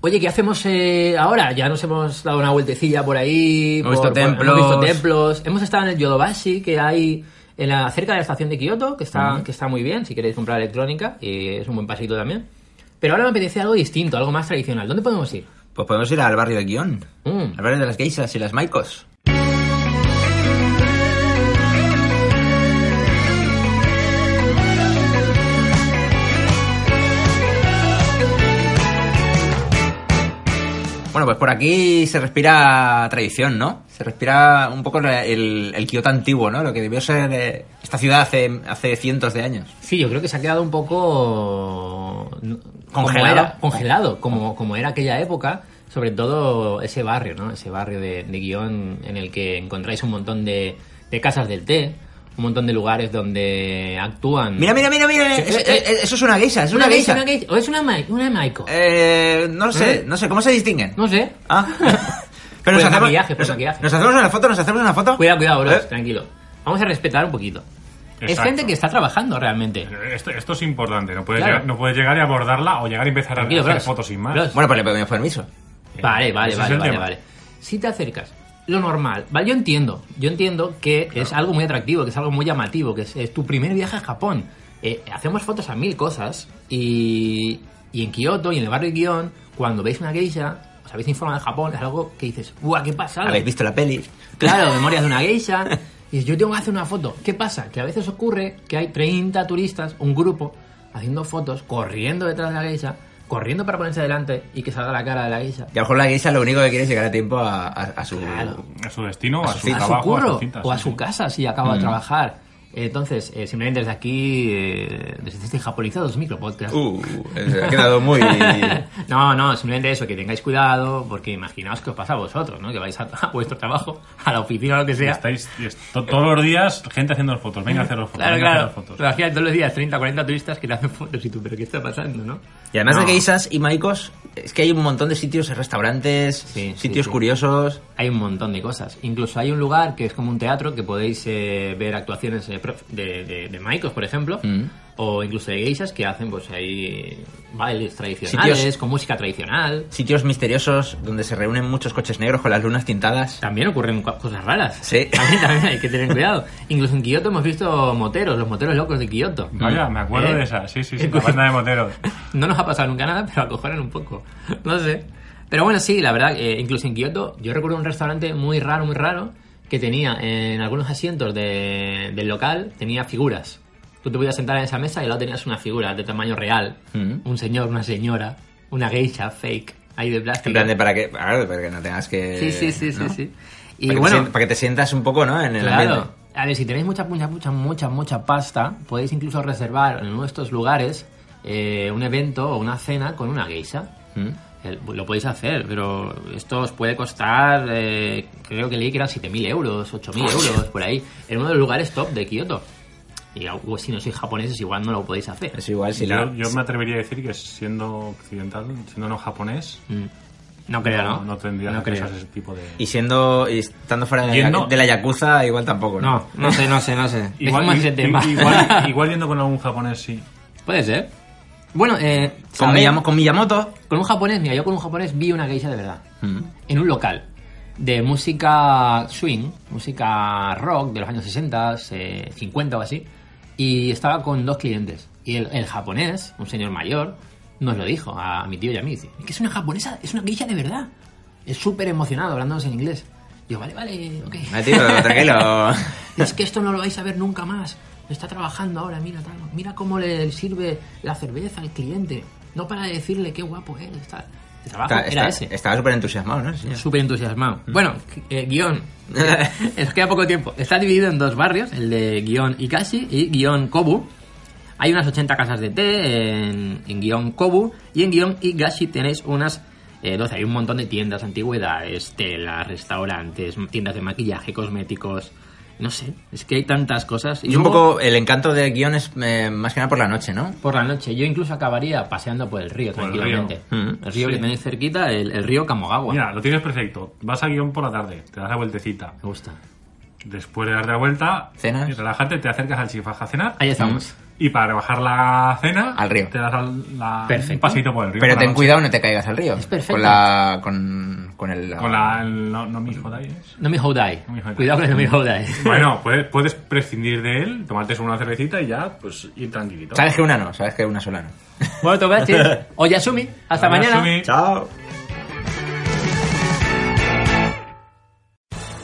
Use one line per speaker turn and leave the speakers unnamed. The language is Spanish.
Oye, ¿qué hacemos eh, ahora? Ya nos hemos dado una vueltecilla por ahí.
Hemos
por- por-
visto templos.
hemos visto templos. Hemos estado en el Yodobashi, que hay en la, cerca de la estación de Kioto, que está, que está muy bien si queréis comprar electrónica, y es un buen pasito también. Pero ahora me apetece algo distinto, algo más tradicional. ¿Dónde podemos ir?
Pues podemos ir al barrio de Guión,
Mm.
al barrio de las geishas y las maicos. Bueno, pues por aquí se respira tradición, ¿no? Se respira un poco la- el, el Kioto antiguo, ¿no? Lo que debió ser eh, esta ciudad hace, hace cientos de años.
Sí, yo creo que se ha quedado un poco no,
Congelado.
como era- congelado, como, como era aquella época, sobre todo ese barrio, ¿no? Ese barrio de, de guión en el que encontráis un montón de, de casas del té, un montón de lugares donde actúan.
Mira, mira, mira, mira.
Eh,
es-
eh, eh.
es- eso es una geisha, es
es
una,
una
geisha.
geisha, una geisha, o es una, ma- una maiko.
Eh, no sé,
¿Eh?
no sé, ¿cómo se distinguen?
no sé.
Ah.
Por
nos
el
hacemos-
maquillaje, por el
nos-
maquillaje.
Nos hacemos una foto, nos hacemos una foto.
Cuidado, cuidado, bro,
Eh,
tranquilo. Vamos a respetar un poquito. Es
Exacto.
gente que está trabajando realmente.
Esto, esto es importante, no puedes,
Claro.
llegar, no puedes llegar y abordarla o llegar y empezar
Tranquilo,
a hacer
bros.
fotos sin más.
Bros.
Bueno, pues le pedimos permiso.
Vale, vale,
Eh, Ese es
vale,
el
vale,
tema.
vale. Si te acercas, lo normal, ¿vale? Yo entiendo, yo entiendo que es algo muy atractivo, que es algo muy llamativo, que es, es tu primer viaje a Japón. Eh, hacemos fotos a mil cosas y, y en Kioto y en el barrio de Gion, cuando veis una geisha, os habéis informado de Japón, es algo que dices, ¡guau, qué pasada!
Habéis visto la peli.
Claro, memorias de una geisha. Y dices, yo tengo que hacer una foto. ¿Qué pasa? Que a veces ocurre que hay 30 turistas, un grupo, haciendo fotos, corriendo detrás de la geisha, corriendo para ponerse delante y que salga la cara de la geisha.
Y a lo mejor la geisha lo único que quiere es llegar a tiempo a, a- a su.
Claro.
A su destino, a, su,
a su
trabajo,
curro
a su cinta,
o a
sí,
su
sí. Mm.
casa si acaba de trabajar. Entonces, eh, simplemente desde aquí, eh, desde este japonizados micropodcast.
Uh, eh, ha quedado muy.
No, no, simplemente eso, que tengáis cuidado, porque imaginaos que os pasa a vosotros, ¿no? Que vais a, a vuestro trabajo, a la oficina o lo que sea.
Estáis y es- to- todos los días gente haciendo las fotos. Venga a hacer las fotos.
Claro,
venga a hacer
claro.
las fotos.
Imagínate todos los días 30, 40 turistas que te hacen fotos y tú, pero ¿qué está pasando, no?
Y además
No.
de geishas y maicos, es que hay un montón de sitios, eh, restaurantes,
Sí, sí,
sitios
sí.
curiosos.
hay un montón de cosas. Incluso hay un lugar que es como un teatro que podéis eh, ver actuaciones eh, prof- de, de, de maicos, por ejemplo,
Mm.
o incluso de geishas que hacen pues ahí bailes tradicionales,
Sitios-
con música tradicional.
Sitios misteriosos donde se reúnen muchos coches negros con las lunas tintadas.
También ocurren co- cosas raras.
Sí.
También, también hay que tener cuidado. Incluso en Kioto hemos visto moteros, los moteros locos de Kioto.
Vaya, me acuerdo
Eh.
de esa. Sí, sí, sí. La banda de moteros.
No nos ha pasado nunca nada, pero acojonan un poco. No sé. Pero bueno, sí, la verdad, eh, incluso en Kioto, yo recuerdo un restaurante muy raro, muy raro, que tenía en algunos asientos de- del local, tenía figuras. Tú te podías sentar en esa mesa y al lado tenías una figura de tamaño real.
Mm.
Un señor, una señora, una geisha fake, ahí de plástico.
En plan de para que, claro, para que no tengas que.
sí, sí, sí, sí,
¿no?
sí.
para,
Y
que te,
bueno,
sien- para que te sientas un poco, ¿no? En el ambiente.
Claro. A ver, si tenéis mucha, mucha, mucha, mucha, mucha pasta, podéis incluso reservar en nuestros lugares eh, un evento o una cena con una geisha.
Mm.
El- lo podéis hacer, pero esto os puede costar, eh, creo que leí que eran 7.000 euros, 8.000 euros, por ahí, en uno de los lugares top de Kioto. Y au- si no sois japoneses, igual no lo podéis hacer.
Eh,
Es igual si la.
Yo, yo me atrevería a decir que siendo occidental, siendo no japonés,
Mm. No creo, ¿no?
no, no tendrías
No
acceso
creo.
a ese tipo de.
Y siendo y estando fuera de,
Yendo-
la, de la yakuza, igual tampoco, ¿no?
No, no sé, no sé, no sé.
Igual,
Dejemos ese
i-
tema.
i- igual, igual yendo con algún japonés, sí.
Puede ser. Bueno, eh,
Con,
¿sabéis?
Miyamo- con Miyamoto.
Con un japonés, mira, yo con un japonés vi una geisha de verdad. En un local de música swing, música rock de los años 60, eh, 50 o así. Y estaba con dos clientes. Y el, el japonés, un señor mayor, nos lo dijo a mi tío y a mí. Dice, es que es una japonesa, es una geisha de verdad. Es súper emocionado hablándonos en inglés. Yo, vale, vale, ok.
Eh, tío, tranquilo.
Es que esto no lo vais a ver nunca más. Está trabajando ahora, mira, tal. mira cómo le sirve la cerveza al cliente. No para de decirle qué guapo es. Tal. El trabajo
Está-
era
está-
ese.
Estaba súper entusiasmado, ¿no? Sí.
Súper entusiasmado.
Mm.
Bueno, eh, guión. Nos queda poco tiempo. Está dividido en dos barrios, el de guión Ikashi y guión Kobu. Hay unas 80 casas de té en, en guión Kobu y en guión Igashi tenéis unas Eh, Entonces hay un montón de tiendas, antigüedades, telas, restaurantes, tiendas de maquillaje, cosméticos. No sé, es que hay tantas cosas.
Y un
luego-
poco el encanto del guión es eh, más que nada por la noche, ¿no?
por la noche. Yo incluso acabaría paseando por el río
Por el
tranquilamente.
río.
Mm, El río
Sí.
que tenéis cerquita, el, el río Camogagua.
Mira, lo tienes perfecto. Vas a guión por la tarde, te das la vueltecita.
Me gusta.
Después de darte la vuelta,
Cenas.
y relajarte, te acercas al chifaja a cenar.
Ahí estamos.
Y para bajar la cena,
Al río.
te das al- la-
Perfecto.
un paseito por el río.
Pero
por la
ten
noche.
cuidado, no te caigas al río. Es
perfecto.
Con la. Con, con el.
Con la. el- no, no me jodáis.
No me jodáis.
No me jodáis.
Cuidado que no me jodáis.
Bueno, puedes, puedes prescindir de él, tomarte una cervecita y ya, pues ir tranquilito.
Sabes que una no, sabes que una sola no.
bueno, te voy a decir. Oyasumi, hasta
Ahora,
mañana.
Sumi,
Chao.